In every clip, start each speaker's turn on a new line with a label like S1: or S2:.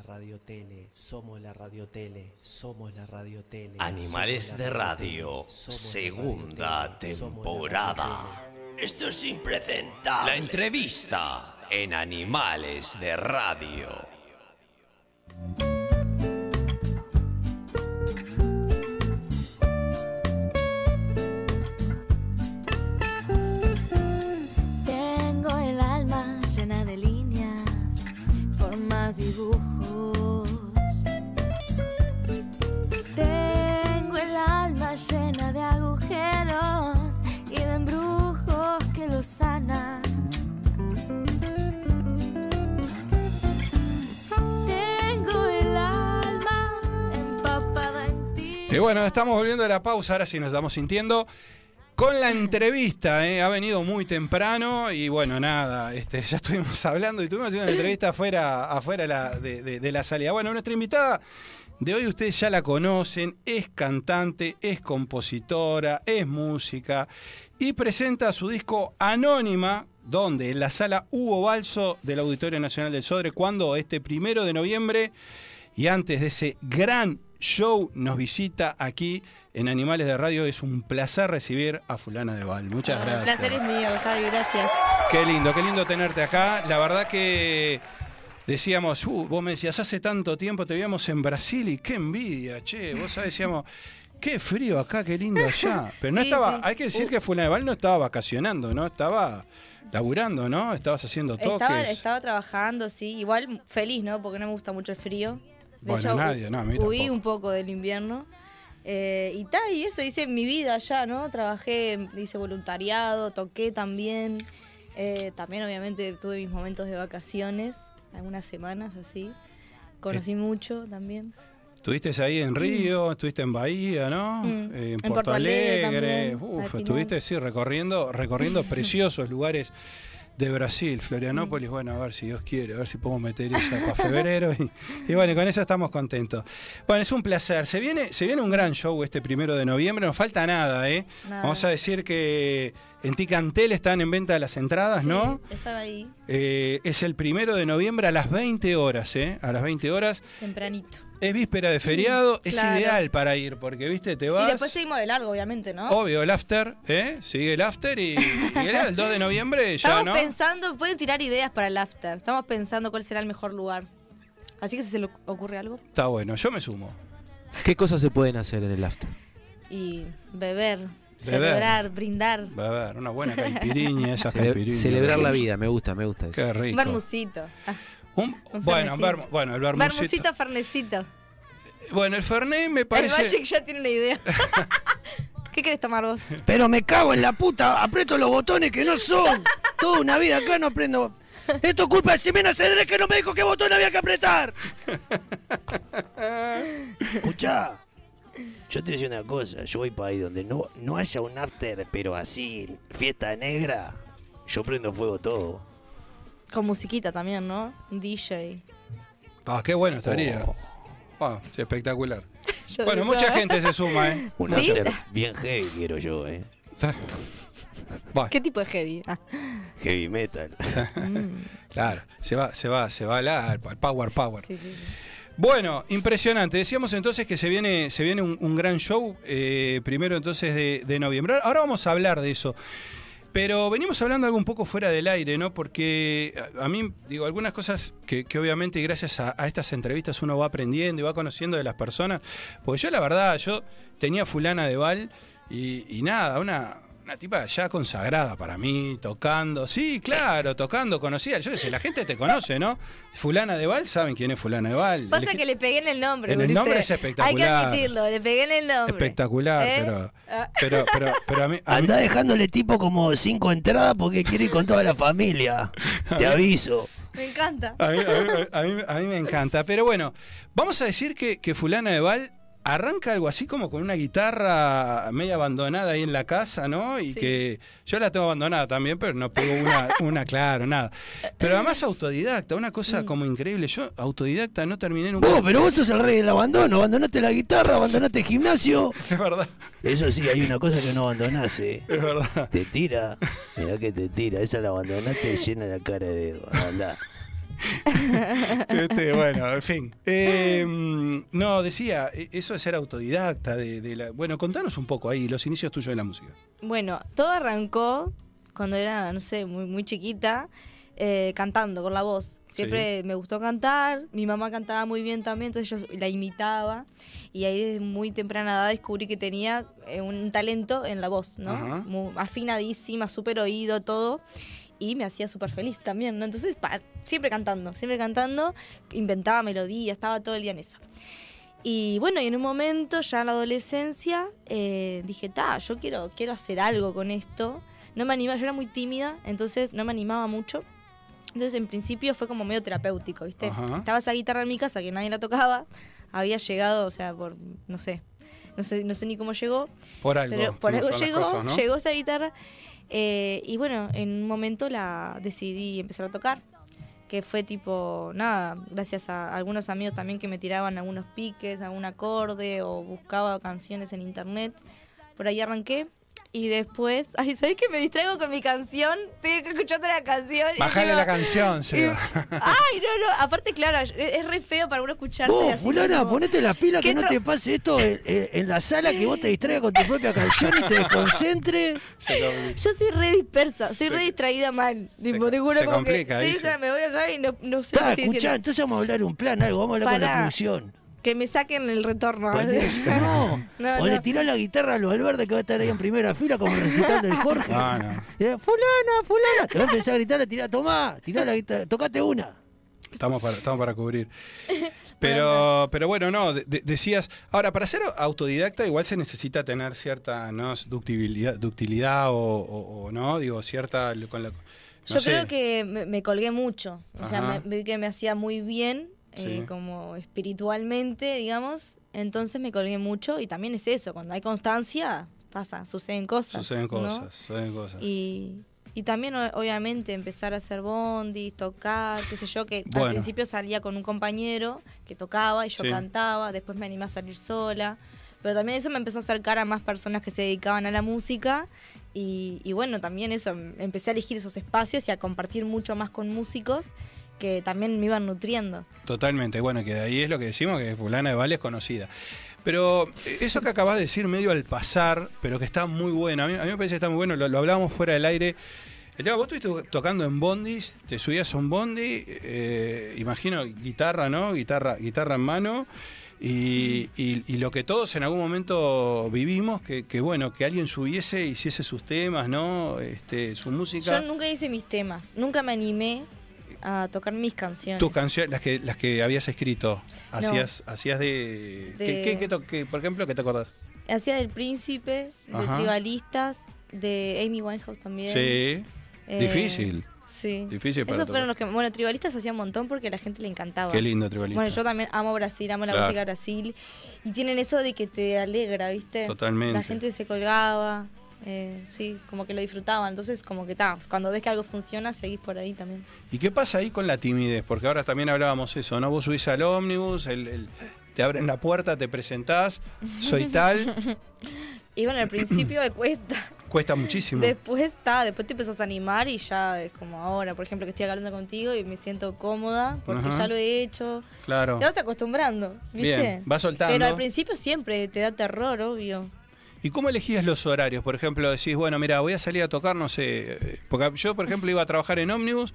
S1: radio tele, somos la radio tele, somos la radio tele.
S2: Animales de Radio, segunda temporada. Esto es impresentable. La entrevista en Animales de Radio.
S3: Tengo el alma llena de líneas, formas, dibujos. Tengo el alma llena de agujeros y de embrujos que lo sanan. Tengo el alma empapada en ti.
S4: Y bueno, estamos volviendo de la pausa, ahora sí nos estamos sintiendo. Con la entrevista, ¿eh? ha venido muy temprano y bueno, nada, este, ya estuvimos hablando y tuvimos haciendo una entrevista afuera, afuera la- de, de- de la salida. Bueno, nuestra invitada de hoy ustedes ya la conocen, es cantante, es compositora, es música y presenta su disco Anónima, donde en la sala Hugo Balso del Auditorio Nacional del Sodre, cuando este primero de noviembre y antes de ese gran show nos visita aquí en Animales de Radio. Es un placer recibir a Fulana de Val. Muchas
S5: El
S4: gracias.
S5: Ah, placer es mío, Javi, gracias.
S4: Qué lindo, qué lindo tenerte acá. La verdad que decíamos, "Uh, vos me decías, hace tanto tiempo te veíamos en Brasil y qué envidia, che. Vos sabés, decíamos, qué frío acá, qué lindo allá. Pero no
S5: Sí,
S4: estaba,
S5: sí. Uh.
S4: hay que decir que Fulana de Val no estaba vacacionando, ¿no? Estaba laburando, ¿no? Estabas haciendo toques.
S5: Estaba, estaba trabajando, sí, igual feliz, ¿no? Porque no me gusta mucho el frío. De
S4: Bueno,
S5: hecho,
S4: nadie, no, a mí
S5: huí
S4: tampoco.
S5: un poco del invierno. Eh, y tal, y eso hice mi vida allá, ¿no? Trabajé, hice voluntariado, toqué también. Eh, también, obviamente, tuve mis momentos de vacaciones, algunas semanas así.
S4: Eh.
S5: Conocí mucho también.
S4: Estuviste ahí en Río, estuviste en Bahía, ¿no?
S5: Mm.
S4: Eh, en
S5: En
S4: Porto,
S5: Porto Alegre
S4: Alegre.
S5: también, al
S4: Uf,
S5: final.
S4: estuviste, sí, recorriendo, recorriendo preciosos lugares de Brasil, Florianópolis.
S5: Mm.
S4: Bueno, a ver si Dios quiere, a ver si podemos meter esa para febrero. Y, y bueno, con eso estamos contentos. Bueno, es un placer. Se viene, se viene un gran show este primero de noviembre. No falta nada, ¿eh?
S5: Nada.
S4: Vamos a decir que en Ticantel están en venta las entradas, ¿no?
S5: Sí, Están ahí,
S4: Eh, es el primero de noviembre a las 20 horas, ¿eh? A las 20 horas.
S5: tempranito.
S4: Es víspera de feriado, es
S5: claro.
S4: ideal para ir, porque viste, te vas.
S5: Y después seguimos de largo, obviamente, ¿no?
S4: Obvio, el after, ¿eh? Sigue el after y, y era el 2 de noviembre ya,
S5: Estamos
S4: ¿no?
S5: pensando, pueden tirar ideas para el after. Estamos pensando cuál será el mejor lugar. Así que si se le ocurre algo.
S4: Está bueno, yo me sumo.
S6: ¿Qué cosas se pueden hacer en el after?
S5: Y beber, celebrar, brindar,
S4: Va a haber una buena caipiriña, esas
S6: Cele-
S4: caipiriñas.
S6: celebrar la vida, me gusta, me gusta eso.
S4: Qué rico.
S5: un bermucito. Ah,
S4: Un-
S5: un
S4: bueno,
S5: fernesito.
S4: bermu- bueno, el bermucito.
S5: Bermucito, fernecito.
S4: Bueno, el Fernet me
S5: El Magic
S4: parece.
S5: ya tiene una idea. ¿Qué querés tomar vos?
S7: Pero me cago en la puta, aprieto los botones que no son. Toda una vida acá no aprendo. Esto es culpa de Ximena Cedrés que no me dijo qué botón había que apretar. Escuchá, yo te decía una cosa, yo voy para ahí donde no, no haya un after, pero así, fiesta negra, yo prendo fuego todo.
S5: Con musiquita también, ¿no? Un DJ.
S4: Ah, qué
S6: Oh.
S4: bueno estaría. Ah, sí, espectacular.
S5: Yo ¿eh?
S4: Bueno,
S5: de
S4: mucha
S5: esa-
S4: gente se suma, ¿eh?
S7: Un
S5: ¿Sí?
S7: after bien heavy quiero yo, eh.
S4: Está- Bueno,
S5: ¿Qué tipo de heavy? Ah,
S7: Heavy metal.
S4: claro, se va, se va, se va al al power, power.
S5: sí, sí, sí.
S4: Bueno, impresionante. Decíamos entonces que se viene, se viene un, un gran show, eh, primero entonces de, de noviembre. Ahora vamos a hablar de eso. Pero venimos hablando algo un poco fuera del aire, ¿no? Porque a a mí, digo, algunas cosas que, que obviamente gracias a, a estas entrevistas uno va aprendiendo y va conociendo de las personas. Porque yo la verdad, yo tenía fulana de Val y, y nada, una, una tipa ya consagrada para mí, tocando. Sí, claro, tocando, conocida. Yo decía, la gente te conoce, ¿no? Fulana de Val, ¿saben quién es fulana de Val?
S5: Pasa
S4: Elegí-
S5: que le pegué en el nombre.
S4: En el
S5: Ulises.
S4: nombre es
S5: Hay que
S4: espectacular.
S5: admitirlo, le pegué en el nombre.
S4: Espectacular,
S5: ¿Eh?
S4: pero,
S5: Ah.
S4: pero, pero, pero a mí, a mí-
S7: Andá dejándole tipo como cinco entradas porque quiere ir con toda la familia. Te aviso.
S5: Me encanta.
S4: a mí- a mí- a mí- a mí me encanta. Pero bueno, vamos a decir que, que Fulana de Val arranca algo así como con una guitarra media abandonada ahí en la casa, ¿no? Y
S5: Sí.
S4: que yo la tengo abandonada también, pero no pego una, una claro, nada. Pero además autodidacta, una
S5: Mm.
S4: cosa como increíble. Yo autodidacta no terminé nunca.
S7: Vos, pero vos sos el rey del abandono, abandonaste la guitarra, abandonaste el gimnasio.
S4: Es verdad,
S7: Eso sí, hay una cosa que no abandonás, eh.
S4: es verdad.
S7: Te tira, mirá que te tira, esa la abandonaste llena la cara de dedo, andá.
S4: Este, bueno, en fin. Eh, mm, no, decía, e- eso de ser autodidacta, de, de la- Bueno, contanos un poco ahí, los inicios tuyos de la música.
S5: Bueno, todo arrancó cuando era, no sé, muy, muy chiquita, eh, cantando con la voz. Siempre me gustó cantar, mi mamá cantaba muy bien también, entonces yo la imitaba y ahí desde muy temprana edad descubrí que tenía eh, un talento en la voz, ¿no?
S4: Ajá.
S5: Muy afinadísima, súper oído, todo. Y me hacía súper feliz también, ¿no? Entonces, pa- siempre cantando, siempre cantando, inventaba melodías, estaba todo el día en esa. Y bueno, y en un momento, ya en la adolescencia, eh, dije, ta, yo quiero, quiero hacer algo con esto. No me animaba, yo era muy tímida, entonces no me animaba mucho. Entonces, en principio fue como medio terapéutico, ¿viste?
S4: Ajá.
S5: Estaba esa guitarra en mi casa que nadie la tocaba. Había llegado, o sea, por, no sé, no sé, no sé ni cómo llegó.
S4: Por algo.
S5: Pero por
S4: como son
S5: algo
S4: las
S5: llegó,
S4: cosas, ¿no?
S5: llegó esa guitarra. Eh, y bueno, en un momento la decidí empezar a tocar. Que fue tipo, nada, gracias a algunos amigos también que me tiraban algunos piques, algún acorde o buscaba canciones en internet. Por ahí arranqué. Y después, ay, ¿sabés que me distraigo con mi canción? Estoy escuchando la canción. y
S4: Bájale
S5: digo,
S4: la canción, Seba.
S5: Ay, no, no. Aparte, claro, es, es re feo para uno escucharse.
S7: Vos,
S5: así
S7: fulana,
S5: como-
S7: ponete las pilas
S5: ¿Qué
S7: que no
S5: tro-
S7: te pase esto en, en- en la sala, que vos te distraigas con tu propia canción y te desconcentres.
S4: Se lo-
S5: Yo soy re dispersa, soy
S4: Se-
S5: re distraída mal. Tipo,
S4: se-
S5: te juro
S4: se
S5: como
S4: complica,
S5: que, sí,
S4: dice.
S5: ya me voy acá y no, no sé lo que
S7: Ta, escuchá,
S5: estoy diciendo.
S7: entonces vamos a hablar un plan, algo, vamos a hablar con la
S5: Pará.
S7: producción.
S5: Que me saquen el retorno.
S4: Pues
S5: ¿eh?
S7: Poné- no,
S5: No,
S7: o le
S5: no.
S7: tirás la guitarra a los Valverde que va a estar ahí en primera fila como recitando el Jorge.
S4: No, Ah, no.
S7: Y, eh, fulana, fulana. Te va a empezar a gritar, la tirá, tomá, tirá la guitarra, tocate una.
S4: Estamos para, estamos para cubrir. Pero, pero bueno, no, de- de- decías, ahora, para ser autodidacta igual se necesita tener cierta ¿no? ductibilidad, ductilidad o, o- o, no, digo, cierta... Con la, no
S5: Yo
S4: sé.
S5: creo que me, me colgué mucho. O sea,
S4: Ajá.
S5: me, vi que me hacía muy bien, eh,
S4: Sí.
S5: como espiritualmente, digamos. Entonces me colgué mucho y también es eso, cuando hay constancia, pasa, suceden cosas.
S4: Suceden
S5: ¿no?
S4: cosas, suceden cosas.
S5: Y, y también, o- obviamente, empezar a hacer bondis, tocar, qué sé yo, que
S4: Bueno.
S5: al principio salía con un compañero que tocaba y yo
S4: Sí.
S5: cantaba, después me animé a salir sola. Pero también eso me empezó a acercar a más personas que se dedicaban a la música. Y, y bueno, también eso, em- empecé a elegir esos espacios y a compartir mucho más con músicos que también me iban nutriendo.
S4: Totalmente, bueno, que de ahí es lo que decimos, que fulana de Vale es conocida. Pero eh, eso que acabas de decir medio al pasar, pero que está muy bueno, a mí, a mí me parece que está muy bueno, lo, lo hablábamos fuera del aire. El tema, vos estuviste tocando en bondis, te subías a un bondi, eh, imagino guitarra, ¿no? Guitarra, guitarra en mano. Y, y- y lo que todos en algún momento vivimos, que, que bueno, que alguien subiese, hiciese sus temas, ¿no? Este, su música.
S5: Yo nunca hice mis temas, nunca me animé a tocar mis canciones.
S4: Tus canciones, las que, las que habías escrito, hacías, hacías de.
S5: De-
S4: ¿Qué, qué- qué to- qué, por ejemplo, qué te acordás?
S5: Hacía del príncipe, de
S4: Ajá.
S5: tribalistas, de Amy Winehouse también.
S4: Sí.
S5: Eh,
S4: Difícil.
S5: Sí.
S4: Difícil para
S5: Esos fueron
S4: tocar.
S5: los que. Bueno, tribalistas hacía un montón porque a la gente le encantaba.
S4: Qué lindo tribalista.
S5: Bueno, yo también amo Brasil, amo la
S4: Claro.
S5: música de Brasil. Y tienen eso de que te alegra, ¿viste?
S4: Totalmente.
S5: La gente se colgaba. eh, sí, como que lo disfrutaban. Entonces, como que ta, cuando ves que algo funciona, seguís por ahí también.
S4: ¿Y qué pasa ahí con la timidez? Porque ahora también hablábamos eso, ¿no? Vos subís al ómnibus, el- el- te abren la puerta, te presentás, soy tal,
S5: Y bueno, al principio me cuesta.
S4: cuesta muchísimo.
S5: Después está, después te empezás a animar y ya es como ahora, por ejemplo, que estoy hablando contigo y me siento cómoda porque
S4: Ajá.
S5: ya lo he hecho.
S4: claro.
S5: Te vas acostumbrando, ¿viste?
S4: Bien, vas soltando.
S5: Pero al principio siempre te da terror, obvio.
S4: ¿Y cómo elegías los horarios? Por ejemplo, decís, bueno, mira, voy a salir a tocar, no sé. eh, Porque yo, por ejemplo, iba a trabajar en ómnibus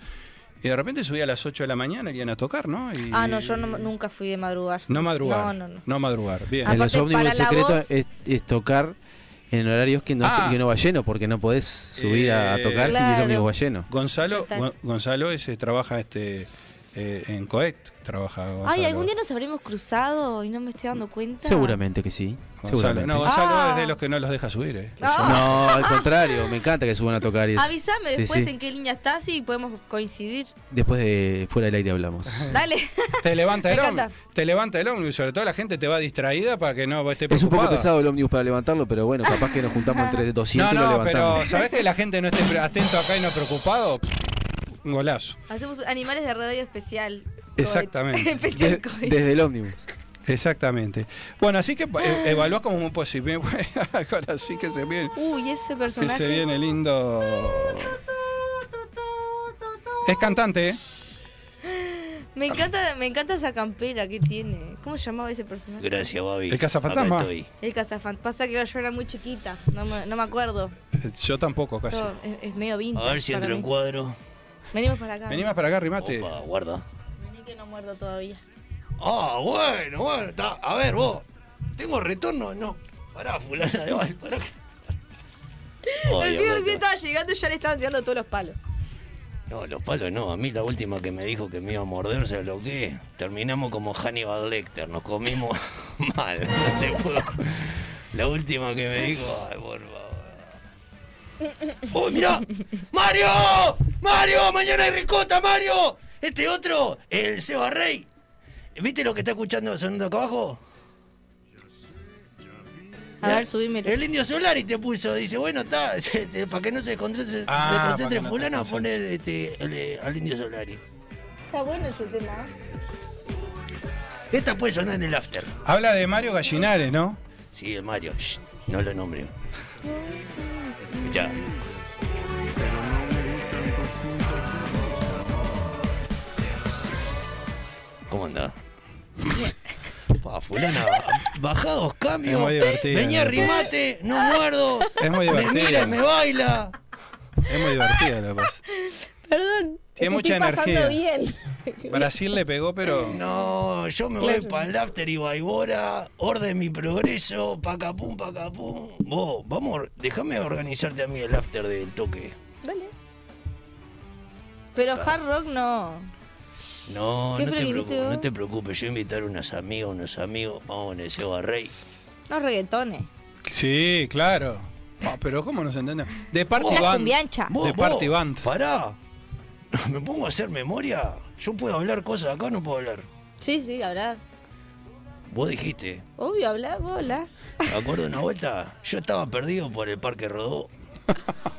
S4: y de repente subía a las 8 de la mañana y iban a tocar, ¿no? Y-
S5: Ah, no, yo no- nunca fui de madrugar.
S4: No madrugar.
S5: No, no, no.
S4: madrugar. Bien.
S6: En
S5: Aparte,
S6: los ómnibus
S5: para la
S6: secretos
S5: voz-
S6: es, es tocar en horarios que no,
S4: Ah.
S6: que no va lleno, porque no podés subir a, a
S4: Eh,
S6: tocar si
S5: Claro.
S6: el ómnibus va lleno.
S4: Gonzalo,
S5: Total.
S4: Gon- Gonzalo ese trabaja este eh, en Coet, trabaja Gonzalo.
S5: Ay, algún día nos habremos cruzado y no me estoy dando cuenta.
S6: Seguramente que sí.
S4: Gonzalo,
S6: seguramente.
S4: no, Gonzalo
S5: Ah.
S4: es de los que no los deja subir, eh.
S5: Ah.
S6: No, al contrario, me encanta que suban a tocar. y es-
S5: Avísame
S6: sí,
S5: después
S6: sí.
S5: en qué línea estás y podemos coincidir.
S6: Después de fuera del aire hablamos.
S5: Dale.
S4: Te levanta
S5: Me
S4: el ómnibus,
S5: encanta.
S4: te levanta el ómnibus, sobre todo la gente te va distraída para que no esté
S6: Es un poco
S4: preocupada.
S6: pesado el ómnibus para levantarlo, pero bueno, capaz que nos juntamos entre 200
S4: No,
S6: y lo
S4: no,
S6: levantamos.
S4: pero ¿sabés que la gente no esté pre- atento acá y no preocupado? Un golazo.
S5: Hacemos animales de radio especial.
S4: Exactamente.
S5: especial
S6: De-
S5: COVID.
S6: desde el ómnibus.
S4: Exactamente. Bueno, así que eh, evaluás como un posible. Ahora sí que se viene,
S5: Uy, ese
S4: que
S5: personaje.
S4: se viene lindo. Es cantante, ¿eh?
S5: Me encanta, me encanta esa campera que tiene. ¿Cómo se llamaba ese personaje?
S7: Gracias, Bobby.
S4: ¿El cazafantasma?
S7: Acá estoy.
S5: El cazafant. Pasa que yo era muy chiquita, no me, no me acuerdo.
S4: Yo tampoco, casi.
S5: Todo- es, es medio
S7: A
S5: vintage.
S7: ver si
S5: para
S7: entro en
S5: mí.
S7: cuadro.
S5: Venimos para acá.
S4: Vení más para acá, rimate.
S7: Opa, guarda.
S5: Vení que no muerdo todavía.
S2: Ah, bueno, bueno, está. A ver, vos. ¿Tengo retorno? No. Pará, fulana de Val, pará.
S7: Ay,
S5: el pibe
S7: Alberto.
S5: recién estaba llegando y ya le estaban tirando todos los palos.
S7: No, los palos no. A mí la última que me dijo que me iba a morder, se lo que Terminamos como Hannibal Lecter. Nos comimos mal. Te puedo- La última que me dijo, ay, por favor.
S2: ¡Uy, mirá! ¡Mario! ¡Mario! ¡Mañana hay ricota, Mario! Este otro, el Seba Rey. ¿Viste lo que está escuchando sonando acá abajo?
S5: A ver, subímelo.
S7: Eh.
S2: El indio Solari te puso, dice, bueno, está, para que no se desconcentre,
S4: Ah,
S2: se
S4: pa'
S2: desconcentre
S4: que no te
S2: fulano,
S4: concentre.
S2: poner este, el, eh, al indio Solari.
S5: Está bueno ese tema. ¿eh?
S2: Esta puede sonar en el after.
S4: Habla de Mario Gallinares, ¿no?
S7: Sí, el Mario. Shh, no lo nombre. Ya. ¿Cómo anda?
S2: Pa, fulana, bajá dos cambios.
S4: Es muy divertido,
S2: Venía
S4: lo que pasa.
S2: rimate, no muerdo.
S4: Es muy
S2: Me
S4: divertido.
S2: mira, y me baila.
S4: Es muy divertida la voz.
S5: Perdón. es que
S4: mucha
S5: estoy pasando
S4: energía.
S5: bien.
S4: Brasil le pegó, pero.
S2: No, yo me voy
S5: Claro.
S2: para el after y Baibora, orden mi progreso, pacapum, pacapum. Vos, vamos, déjame organizarte a mí el after del toque.
S5: Dale. Pero hard rock no.
S7: No,
S5: ¿Qué
S7: no te,
S5: previste
S7: preocupes,
S5: vos?
S7: no te preocupes. Yo invitar unas amigas, unos amigos. Vamos en el Seba Rey.
S5: No reggaetones.
S4: Sí, claro. Ah, pero ¿cómo nos entendemos? De Party
S5: Una
S4: Band.
S5: cumbiancha.
S4: De Party Band.
S2: Pará. Me pongo a hacer memoria. Yo puedo hablar cosas acá, no puedo hablar.
S5: Sí, sí, hablar.
S7: Vos dijiste,
S5: Obvio, hablar, vos hablar.
S7: ¿me acuerdo una vuelta? Yo estaba perdido por el Parque Rodó.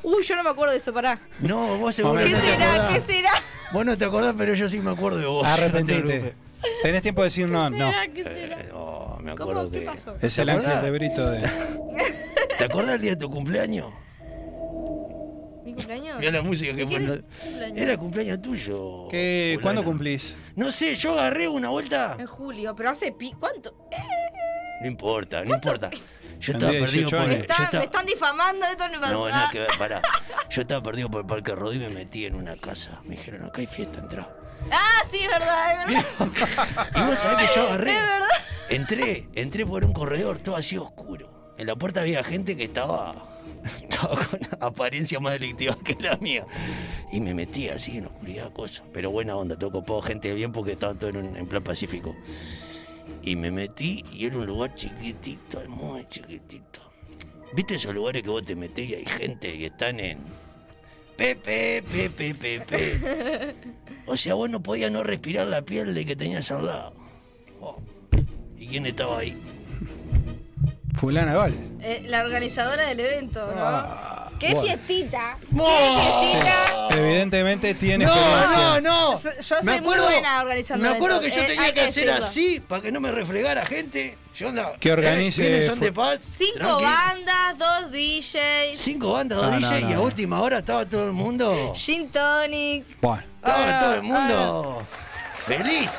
S5: Uy, yo no me acuerdo de eso, pará.
S2: No, vos seguro
S5: ¿Qué
S2: no te
S5: será?
S2: acordás.
S5: ¿Qué será?
S2: Vos no te acordás, pero yo sí me acuerdo de vos.
S4: Arrepentite. Tenés tiempo de decir no, no.
S5: ¿Qué será?
S7: Oh, me acuerdo
S5: ¿Cómo? ¿Qué
S7: que.
S5: pasó?
S4: Es el ángel
S2: acordás?
S4: de Brito de.
S2: ¿Te acordás el día de tu cumpleaños?
S5: ¿Mi cumpleaños?
S2: Mirá la música que
S5: ¿Quién
S2: fue.
S5: es tu cumpleaños?
S2: Era el cumpleaños tuyo.
S4: ¿Qué-
S2: fulana.
S4: ¿Cuándo cumplís?
S2: No sé, yo agarré una vuelta.
S5: En julio, pero hace pi... ¿Cuánto?
S7: No importa, no importa. Yo estaba
S4: Tendría
S7: perdido
S4: 18
S7: por
S4: años.
S7: el.
S5: Está-
S7: yo
S5: Me
S7: estaba-
S5: están difamando, esto no pasa.
S7: Eh, No, nada que ver, pará. Yo estaba perdido por el Parque Rodó y me metí en una casa. Me dijeron, acá hay fiesta, entrá.
S5: Ah, sí, es verdad, es verdad.
S7: Y vos sabés que yo agarré.
S5: Es verdad.
S7: Entré, entré por un corredor, todo así oscuro. En la puerta había gente que estaba, estaba con apariencia más delictiva que la mía. Y me metí así en oscuridad, cosas. Pero buena onda, todo copado, gente bien porque estaban todos en, un- en plan pacífico. Y me metí y era un lugar chiquitito, muy chiquitito. ¿Viste esos lugares que vos te metés y hay gente que están en... Pepe, pepe, pepe. O sea, vos no podías no respirar la piel de que tenías al lado. Oh. ¿Y quién estaba ahí?
S4: Fulana Val.
S5: Eh, la organizadora del evento, ¿no?
S4: Ah,
S5: ¡Qué
S4: bueno.
S5: fiestita!
S2: ¡Oh!
S5: ¡Qué fiestita!
S4: Evidentemente tiene
S2: No, no,
S4: experiencia.
S2: no.
S5: S- yo soy muy buena organizando
S2: Me acuerdo que
S5: eventos,
S2: yo
S5: eh,
S2: tenía
S5: hay
S2: que
S5: que
S2: hacer
S5: decirlo.
S2: así para que no me refregara gente. Yo andaba,
S4: Que organice
S2: eh, viene Son
S4: fu-
S2: de Paz,
S5: Cinco
S2: tranqui.
S5: bandas, dos DJs,
S2: Cinco bandas, dos
S4: No, no,
S2: DJ, y a
S4: no. Ah,
S2: última hora estaba todo el mundo.
S5: Gin Tonic.
S4: Bueno.
S2: Estaba
S5: Ah,
S2: todo el mundo
S4: ah.
S2: feliz.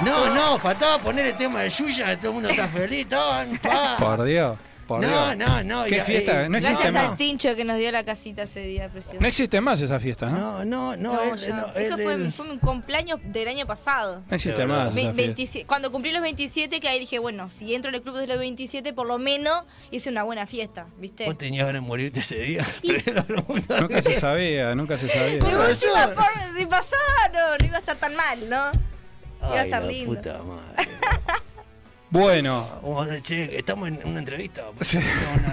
S2: No, no, faltaba poner el tema de Yuya, todo el mundo está feliz, estaban, pa.
S4: Por Dios. Por
S2: No,
S4: Dios.
S2: no, no,
S4: ¿Qué
S2: ya,
S4: fiesta?
S2: eh,
S4: no existe
S5: Gracias
S4: más.
S5: al tincho que nos dio la casita ese día, precioso.
S4: No existe más esa fiesta, ¿no?
S2: No, no, no,
S7: eh,
S5: No,
S2: él-
S5: ya.
S2: no,
S5: Eso
S2: él-
S5: fue,
S2: él-
S5: fue mi cumpleaños del año pasado.
S4: No existe
S7: Sí,
S4: más
S5: Ve-
S4: esa fiesta.
S5: 27 cuando cumplí los 27, que ahí dije, bueno, si entro en el club de los 27, por lo menos hice una buena fiesta, ¿viste?
S7: Vos tenías ganas de morirte ese día.
S5: Y-
S7: Pero todo el mundo-
S4: Nunca se sabía, nunca se
S5: De
S4: sabía.
S5: última, por- si pasaba, no, no iba a estar tan mal, ¿no? Iba a
S7: Ay,
S5: estar
S7: la
S5: lindo.
S7: puta madre.
S4: Bueno,
S7: Vamos a- che, estamos en una entrevista.
S4: Sí.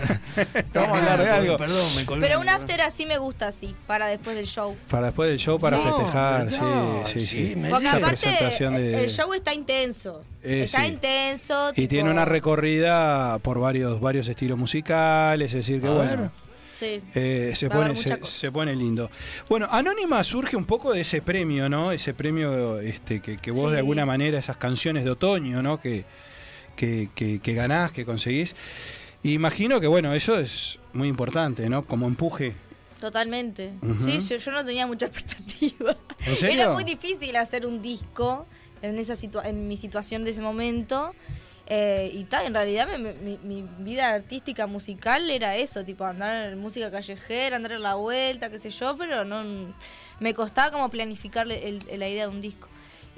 S7: Estamos
S4: a hablar de algo.
S7: Perdón, me colgué.
S5: Pero un after así me gusta así, para después del show.
S4: para después del show, para
S7: No,
S4: festejar, sí,
S7: no,
S4: sí,
S7: sí,
S4: sí.
S7: me-
S5: Porque
S4: Esa
S5: aparte
S4: presentación
S5: el-
S4: de-
S5: el show está intenso.
S4: Eh,
S5: está
S4: sí.
S5: intenso.
S4: Y
S5: tipo-
S4: tiene una recorrida por varios, varios estilos musicales, es decir, que bueno,
S5: Sí.
S4: eh, se,
S5: Va a haber
S4: pone,
S5: mucha
S4: se,
S5: cosa.
S4: se pone lindo. Bueno, Anónima surge un poco de ese premio, ¿no? Ese premio este, que, que vos
S5: Sí.
S4: de alguna manera, esas canciones de otoño, ¿no? Que, que, que, que ganás, que conseguís. Imagino que, bueno, eso es muy importante, ¿no? Como empuje.
S5: Totalmente.
S4: Ujú.
S5: Sí, yo, yo no tenía mucha expectativa.
S4: ¿En serio?
S5: Era muy difícil hacer un disco en, esa situa- en mi situación de ese momento. Eh, y tal, en realidad me- me- mi, mi vida artística musical era eso, tipo andar en música callejera, andar en la vuelta, qué sé yo, pero no me costaba como planificar el- el- la idea de un disco.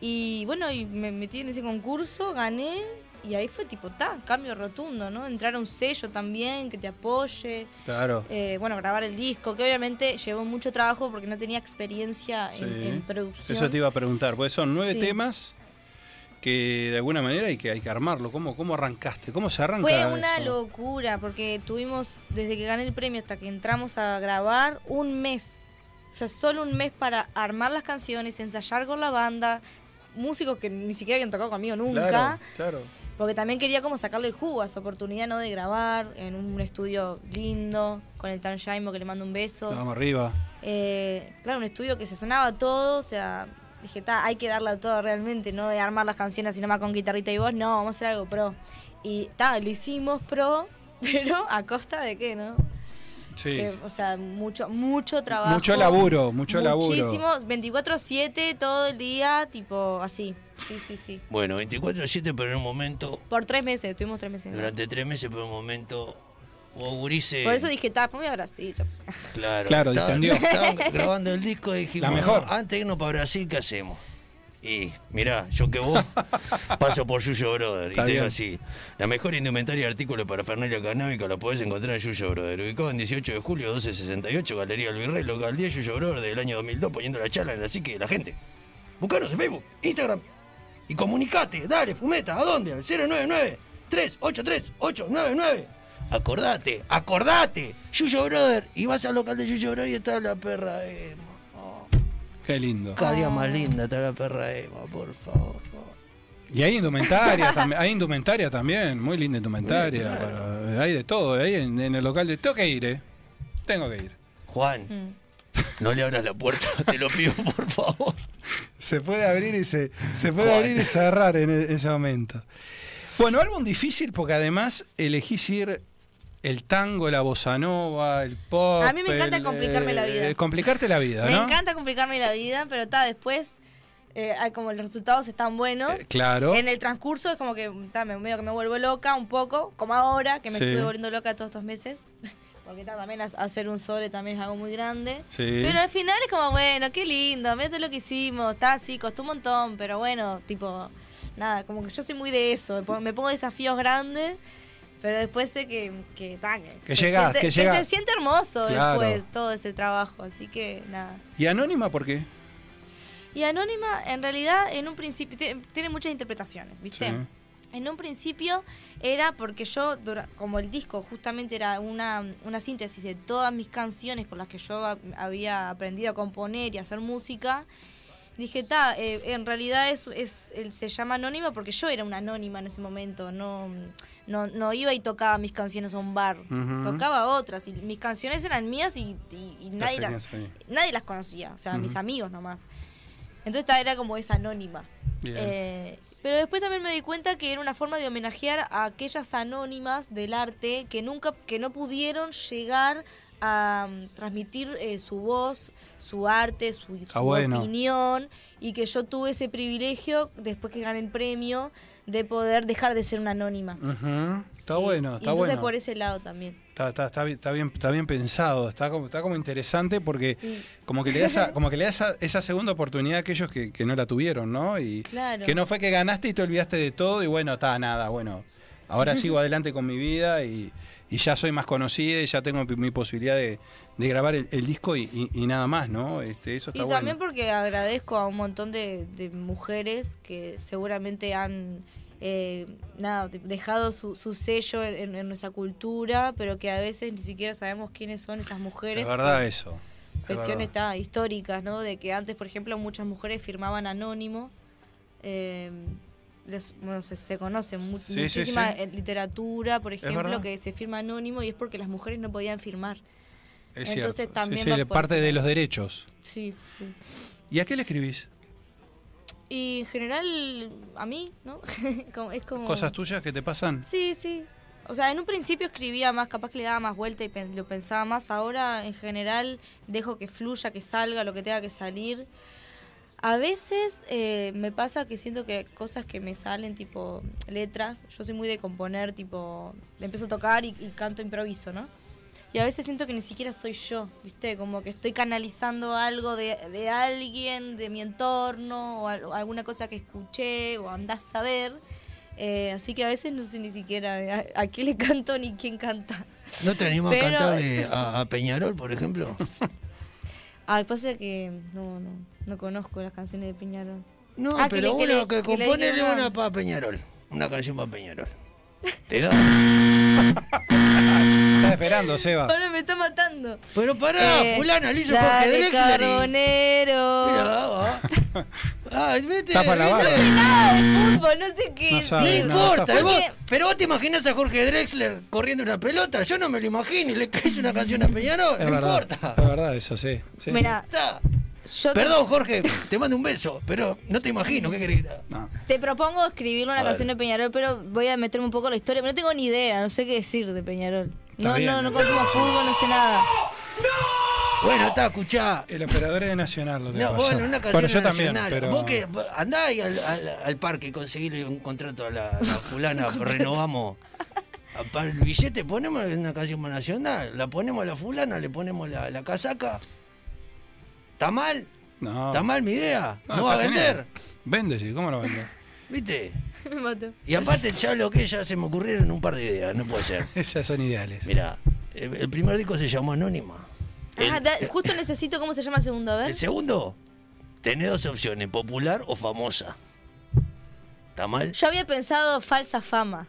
S5: Y bueno, y me metí en ese concurso, gané y ahí fue tipo, ta, cambio rotundo, ¿no? Entrar a un sello también que te apoye.
S4: Claro.
S5: Eh, bueno, grabar el disco, que obviamente llevó mucho trabajo porque no tenía experiencia
S4: Sí.
S5: en, en producción.
S4: Eso te iba a preguntar, porque son nueve
S5: Sí.
S4: temas que de alguna manera hay que, hay que armarlo. ¿Cómo, ¿Cómo arrancaste? ¿Cómo se arranca?
S5: Fue una
S4: eso?
S5: locura porque tuvimos, desde que gané el premio hasta que entramos a grabar, un mes. O sea, solo un mes para armar las canciones, ensayar con la banda, músicos que ni siquiera habían tocado conmigo nunca.
S4: Claro, claro.
S5: Porque también quería como sacarle el jugo a esa oportunidad, ¿no? De grabar en un estudio lindo, con el Tan Jaimo que le mando un beso.
S4: Vamos arriba.
S5: Eh, claro, un estudio que se sonaba todo, o sea, dije, "Ta, hay que darla todo realmente, no de armar las canciones así nomás con guitarrita y voz, no, vamos a hacer algo pro. Y ta, lo hicimos pro, pero a costa de qué, ¿no?
S4: Sí.
S5: Eh, o sea, mucho, mucho trabajo.
S4: Mucho laburo, mucho laburo.
S5: Muchísimo, 24-7 todo el día, tipo así. Sí, sí, sí.
S2: Bueno, 24-7, pero en un momento,
S5: Por tres meses, estuvimos tres meses. ¿no?
S2: durante tres meses, pero en un momento, vos gurises,
S5: Por eso dije, ta, ponme a Brasil. ya".
S2: claro,
S4: Claro,
S2: estaban-
S4: distendió.
S2: estaban grabando el disco y dijimos,
S4: La mejor.
S2: "No, antes de irnos para Brasil, ¿qué hacemos? Y mirá, yo que vos paso por Yuyo Brother. Y
S4: Está
S2: te digo
S4: bien.
S2: así: la mejor indumentaria y artículo para Fernalia Canábica la podés encontrar en Yuyo Brother. Ubicado en 18 de julio 1268, Galería El Virrey, local 10 Yuyo Brother del año 2002, poniendo la charla en la psique de la gente. Buscanos en Facebook, Instagram y comunicate. Dale, fumeta, ¿a dónde? Al 099-383-899. Acordate, acordate, Yuyo Brother. Y vas al local de Yuyo Brother y está la perra Emma. Oh,
S4: Qué lindo.
S2: cada día más linda está la perra Emma, por favor. por favor.
S4: Y hay indumentaria también, hay indumentaria también, muy linda indumentaria. para- hay de todo, hay en, en el local de tengo que ir, eh. Tengo que ir.
S2: Juan, no le abras la puerta, te lo pido, por favor.
S4: Se puede abrir y se, se puede
S2: Bueno.
S4: abrir y cerrar en e- ese momento. Bueno, álbum difícil porque además elegís ir el tango, la bossa nova, el pop.
S5: A mí me encanta
S4: el, eh,
S5: complicarme la vida.
S4: complicarte la vida,
S5: Me
S4: ¿no?
S5: encanta complicarme la vida, pero ta, después, eh, ay, como los resultados están buenos.
S4: Eh, claro.
S5: En el transcurso es como que ta, me, medio que me vuelvo loca un poco, como ahora, que me
S4: Sí.
S5: estuve volviendo loca todos estos meses. Porque ta, también as- hacer un sobre también es algo muy grande.
S4: Sí.
S5: Pero al final es como, bueno, qué lindo, mira todo lo que hicimos, está así, costó un montón, pero bueno, tipo, nada, como que yo soy muy de eso, me pongo, me pongo desafíos grandes, pero después sé que, que, ta, que,
S4: Que
S5: se
S4: llegás,
S5: siente-
S4: que llegás.
S5: se siente hermoso
S4: Claro.
S5: después todo ese trabajo, así que nada.
S4: ¿Y Anónima por qué?
S5: Y Anónima, en realidad, en un principio, tiene, tiene muchas interpretaciones, ¿viste?
S4: Sí.
S5: En un principio era porque yo, dura- como el disco justamente era una, una síntesis de todas mis canciones con las que yo a- había aprendido a componer y a hacer música, dije, ta, eh, en realidad es, es, él se llama Anónima porque yo era una anónima en ese momento, no, no, no iba y tocaba mis canciones a un bar,
S4: Ujú.
S5: tocaba otras, y mis canciones eran mías y, y- y nadie
S4: Las
S5: las,
S4: tenías
S5: nadie las conocía, o sea, mis
S4: Ujú.
S5: amigos nomás. Entonces esta era como esa anónima.
S4: Bien.
S5: Eh, pero después también me di cuenta que era una forma de homenajear a aquellas anónimas del arte que nunca, que no pudieron llegar a mm, transmitir eh, su voz, su arte, su,
S4: Está
S5: su
S4: Ah, bueno.
S5: opinión y que yo tuve ese privilegio después que gané el premio de poder dejar de ser una anónima.
S4: Ujú. Mm. Está
S5: Sí.
S4: bueno,
S5: Y
S4: está
S5: entonces
S4: bueno.
S5: por ese lado también.
S4: Está, está- está bien, está bien, está bien pensado, está como, está como interesante porque
S5: Sí.
S4: como que le das, a- como que le das a- esa segunda oportunidad a aquellos que, que no la tuvieron, ¿no? Y
S5: Claro.
S4: que no fue que ganaste y te olvidaste de todo y bueno, está nada, bueno, ahora sigo adelante con mi vida y, y ya soy más conocida y ya tengo mi, mi posibilidad de, de grabar el, el disco y, y- y nada más, ¿no? Este, eso
S5: Y
S4: está
S5: también
S4: bueno.
S5: porque agradezco a un montón de, de mujeres que seguramente han eh, nada, de- dejado su, su sello en, en- en nuestra cultura, pero que a veces ni siquiera sabemos quiénes son esas mujeres.
S4: Es verdad eso. es
S5: Cuestiones
S4: verdad.
S5: ta, históricas, ¿no? De que antes, por ejemplo, muchas mujeres firmaban anónimo. eh, les- bueno, se, se conoce mu-
S4: Sí, sí,
S5: muchísima
S4: sí.
S5: eh, literatura, por
S4: verdad.
S5: ejemplo, que se firma anónimo y es porque las mujeres no podían firmar.
S4: Es cierto.
S5: entonces
S4: Sí,
S5: también
S4: sí,
S5: va por
S4: parte
S5: ese
S4: de
S5: lado.
S4: los derechos.
S5: Sí, sí.
S4: ¿Y a qué le escribís?
S5: Y en general, a mí, ¿no? Como- es como...
S4: ¿Cosas tuyas que te pasan?
S5: Sí, sí. O sea, en un principio escribía más, capaz que le daba más vuelta y pen- lo pensaba más. Ahora, en general, dejo que fluya, que salga lo que tenga que salir. A veces eh, me pasa que siento que cosas que me salen, tipo letras, yo soy muy de componer, tipo, empiezo a tocar y, y canto improviso, ¿no? Y a veces siento que ni siquiera soy yo, ¿viste? Como que estoy canalizando algo de, de alguien, de mi entorno, o al- alguna cosa que escuché, o andás a ver. Eh, así que a veces no sé ni siquiera a, a qué le canto ni quién canta.
S7: ¿No te animas a
S5: Pero-
S7: cantarle a, a Peñarol, por ejemplo?
S5: Ah, pasa que no, no, no conozco las canciones de Piñarol.
S7: No,
S5: Ah, que
S7: pero
S5: le- que
S7: uno
S5: le-
S7: que,
S5: que le
S7: compone
S5: diga-
S7: una para Peñarol. Una canción para Peñarol. Te da.
S4: Estás esperando, Seba.
S5: Ahora me está matando.
S7: Pero pará,
S5: Eh,
S7: fulana, le hizo
S5: dale,
S7: Jorge Drexler. y-
S5: Carbonero.
S7: Mirá, va. Ah, vete,
S4: Tapa la
S7: vete.
S4: barra.
S5: No sé nada de fútbol, no sé qué
S4: No
S5: decir.
S4: sabe,
S7: No importa,
S4: está
S7: vos-
S5: Porque-
S7: pero vos te imaginas a Jorge Drexler corriendo una pelota, yo no me lo imagino, y le caes una canción a Peñarol,
S4: Es
S7: no
S4: verdad.
S7: importa.
S4: Es verdad, eso sí. sí.
S5: Mira,
S7: Está.
S5: yo te-
S7: Perdón, Jorge, te mando un beso, pero no te imagino, ¿qué querés? que te haga?
S4: No.
S5: te propongo escribir una canción de Peñarol, pero voy a meterme un poco en la historia. pero No tengo ni idea, no sé qué decir de Peñarol.
S4: Está
S5: No,
S4: bien.
S5: no, no consumo fútbol, no sé nada.
S7: Bueno, está, escuchá.
S4: El operador es nacional lo que
S7: No,
S4: pasó.
S7: bueno, una canción
S4: Bueno, yo también,
S7: nacional.
S4: pero.
S7: Vos que andá ahí al, al- al parque y conseguirle un contrato a la, a la fulana, renovamos. A- Para el billete ponemos una canción más nacional, la ponemos a la fulana, le ponemos la, la casaca. ¿Está mal?
S4: No.
S7: ¿Está mal mi idea? ¿No,
S4: está
S7: va a
S4: genial.
S7: vender?
S4: Vende, sí, ¿cómo lo vende?
S7: ¿Viste?
S5: Me mato.
S7: Y aparte ya lo que ya se me ocurrieron un par de ideas, no puede ser.
S4: Esas son ideales.
S7: Mirá, el, el primer disco se llamó Anónima. El-
S5: Ah, da- justo necesito cómo se llama el segundo, a ver.
S7: El segundo, tenés dos opciones, popular o famosa. ¿Está mal?
S5: Yo había pensado falsa fama.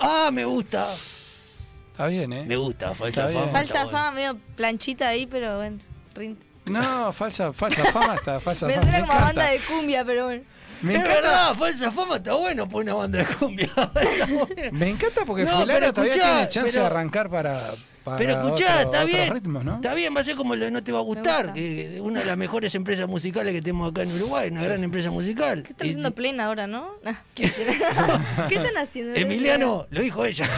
S7: Ah, me gusta.
S4: Está bien,
S7: Me
S4: ¿eh?
S7: gusta, falsa
S4: Está bien.
S7: fama. está
S5: Falsa
S7: bueno.
S5: fama, medio planchita ahí, pero bueno. rinde.
S4: No, falsa, falsa fama está, falsa
S5: Me
S4: fama.
S5: suena
S4: me
S5: como a
S4: encanta.
S5: banda de cumbia, pero bueno.
S4: Me
S7: es
S4: encanta,
S7: verdad, falsa fama está bueno por una banda de cumbia. Está bueno.
S4: me encanta porque
S7: No,
S4: Fulana
S7: pero
S4: todavía
S7: escuchá,
S4: tiene chance
S7: pero-
S4: de arrancar para, para
S7: Pero escuchá,
S4: otro-
S7: está
S4: otros
S7: bien.
S4: ritmos, ¿no?
S7: Está bien, va a ser como lo de No Te Va a Gustar,
S5: gusta.
S7: que una de las mejores empresas musicales que tenemos acá en Uruguay, una gran empresa musical.
S5: ¿Qué están
S7: Y-
S5: haciendo plena ahora, no? Nah. ¿Qué están haciendo?
S7: Emiliano, lo dijo ella.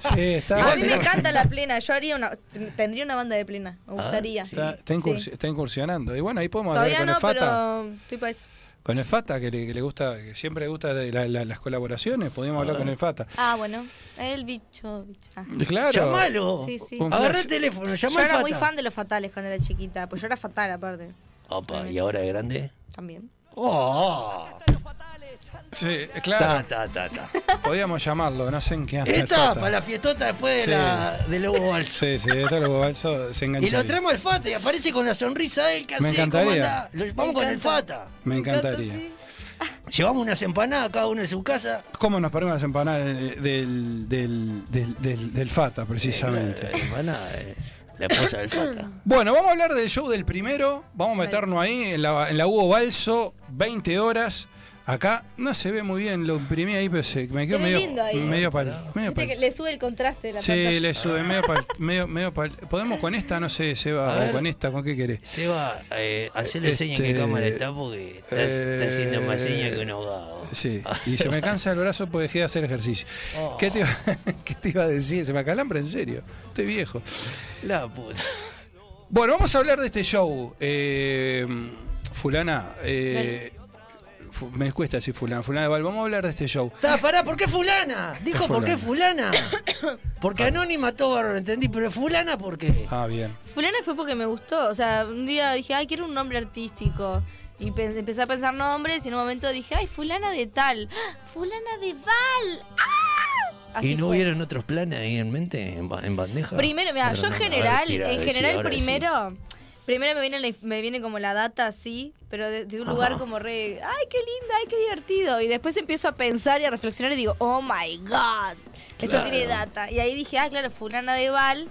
S4: Sí, está.
S5: A mí me
S4: está-
S5: encanta la plena. Yo haría una, tendría una banda de plena. Me gustaría.
S4: Está, está incursi-
S5: Sí.
S4: está incursionando. Y bueno, ahí podemos hablar
S5: Todavía
S4: con
S5: no,
S4: el Fata.
S5: pero estoy para eso.
S4: Con el Fata, que le, que le gusta, que siempre le gusta de la- la- las colaboraciones, podíamos hablar con el Fata.
S5: Ah, bueno. El bicho. bicho. Ah.
S4: Claro.
S7: Llamalo.
S5: Sí, sí.
S4: Un
S7: Agarrá el
S4: clásico.
S7: teléfono,
S5: Yo
S7: llamá al
S5: era muy
S7: Fata.
S5: fan de los fatales cuando era chiquita. Pues yo era fatal, aparte.
S7: Opa, ¿y ahora de grande?
S5: También.
S7: Oh,
S4: Sí,
S7: ta,
S4: claro.
S7: ta, ta, ta.
S4: Podíamos llamarlo, no sé en qué anda el
S7: Esta,
S4: Fata.
S7: para la fiestota después
S4: Sí.
S7: de la, del Lobo Balsa.
S4: Sí, sí, esto lo Balso se
S7: Y lo
S4: engancharía.
S7: traemos al Fata y aparece con la sonrisa él, que
S4: Me
S7: así, ¿cómo
S4: encantaría.
S7: andá? Lo llevamos con el Fata.
S4: Me encantaría.
S7: Llevamos unas empanadas cada uno en su casa.
S4: ¿Cómo nos perdemos las empanadas de- del, del, del, del- del Fata, precisamente?
S7: Empanada, eh, la esposa del Fata.
S4: Bueno, vamos a hablar del show del primero. Vamos a meternos ahí en la, en la Hugo Balso, 20 horas. Acá no se ve muy bien, lo imprimí ahí, pero se, me quedó
S5: ve
S4: medio,
S5: lindo ahí.
S4: medio pal-
S7: Eh,
S4: medio
S7: pues.
S5: Viste
S4: pal-
S5: que le sube el contraste de la
S4: Sí,
S5: pantalla.
S4: le sube medio pal- medio, medio pal- Podemos con esta, no sé,
S7: A
S4: Seba,
S7: ver.
S4: o con esta, ¿con qué querés?
S7: Seba, eh, hacele seña en qué
S4: Este,
S7: cámara está porque está, está haciendo más
S4: eh,
S7: seña que un ahogado.
S4: Sí, y se me cansa el brazo porque dejé de hacer ejercicio.
S7: Oh.
S4: ¿Qué, te iba, qué te iba a decir? Se me acalambra en serio. Estoy viejo.
S7: La puta.
S4: Bueno, vamos a hablar de este show. Eh, fulana, eh, fu- me cuesta decir fulana, fulana de Val, vamos a hablar de este show.
S7: Ta, pará, ¿por qué fulana? Dijo,
S4: Es
S7: ¿por qué fulana? Porque anónima todo bárbaro, entendí, pero fulana ¿por qué?
S4: Ah, bien.
S5: Fulana fue porque me gustó. O sea, un día dije, ay, quiero un nombre artístico. Y pe- empecé a pensar nombres y en un momento dije, ay, fulana de tal. ¡Ah! Fulana de Val. ¡Ah! Así
S7: ¿Y no
S5: fue.
S7: hubieron otros planes ahí en mente, en, ba- en bandeja?
S5: Primero, mira, yo
S7: Perdón,
S5: en
S7: a ver,
S5: general,
S7: tira,
S5: en
S7: decí,
S5: general
S7: ahora decí.
S5: primero, primero me viene, la inf- me viene como la data así, pero de, de un lugar como re, ay, qué linda, ay, qué divertido. Y después empiezo a pensar y a reflexionar y digo, oh my god, esto
S7: Claro.
S5: tiene data. Y ahí dije, ah, claro, fulana de Val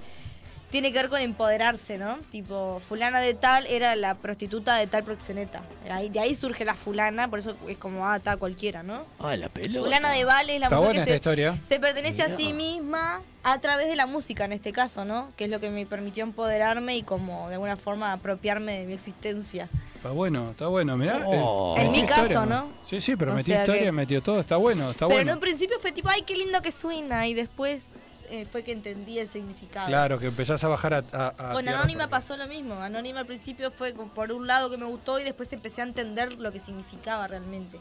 S5: tiene que ver con empoderarse, ¿no? Tipo, fulana de tal era la prostituta de tal proxeneta. Ahí, de ahí surge la fulana, por eso es como, ah, está cualquiera, ¿no?
S7: Ah, la pelota.
S5: Fulana de Val es la
S4: Está
S5: mujer
S4: buena esta
S5: que se,
S4: historia.
S5: se pertenece a sí
S7: Mirá.
S5: misma a través de la música en este caso, ¿no? Que es lo que me permitió empoderarme y como de alguna forma apropiarme de mi existencia.
S4: Está bueno, está bueno, mirá. eh,
S7: Oh.
S4: metí
S5: En mi
S4: historia,
S5: caso,
S4: man.
S5: ¿no?
S4: Sí, sí, pero
S5: O
S4: metí
S5: sea
S4: historia,
S5: que-
S4: metió todo, está bueno, está
S5: Pero en
S4: bueno.
S5: un principio fue tipo, ay, qué lindo que suena y después eh, fue que entendí el significado.
S4: Claro, que empezás a bajar a. a- a
S5: Con
S4: tierra,
S5: Anónima
S4: por ejemplo.
S5: pasó lo mismo. Anónima al principio fue como por un lado que me gustó y después empecé a entender lo que significaba realmente.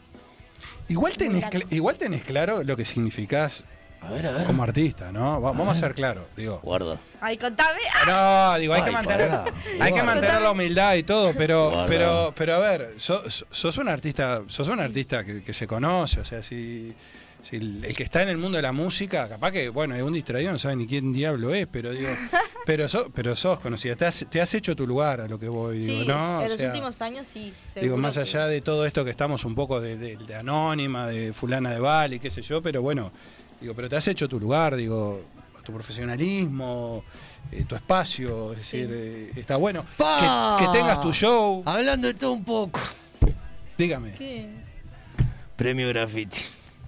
S4: Igual tenés,
S5: Claro.
S4: cl- igual tenés claro lo que significás
S7: A ver, a ver.
S4: como artista, ¿no? Va- vamos a ser claros, digo.
S7: Guarda.
S5: Ay, contame. ¡Ah!
S4: No, digo, hay que
S7: Ay,
S4: mantener,
S7: pará.
S4: hay que
S7: Guarda.
S4: mantener la humildad y todo, pero,
S7: Guarda.
S4: pero, pero a ver, so- so- sos, un artista, sos un artista que, que se conoce, o sea, si, si el, el que está en el mundo de la música, capaz que, bueno, es un distraído, no sabe ni quién diablo es, pero digo, pero sos, pero sos conocida, te has, te has hecho tu lugar a lo que voy,
S5: Sí,
S4: digo, ¿no?
S5: en
S4: O
S5: los
S4: sea,
S5: últimos años sí.
S4: Digo,
S5: seguro
S4: más
S5: que-
S4: allá de todo esto que estamos un poco de, de- de anónima, de fulana de Val y qué sé yo, pero bueno, digo, pero te has hecho tu lugar, digo, tu profesionalismo, eh, tu espacio, es decir, eh, está bueno.
S7: Pa.
S4: Que, que tengas tu show,
S7: Hablando de todo un poco.
S4: dígame.
S5: Ah. ¿Qué?
S7: Premio Graffiti.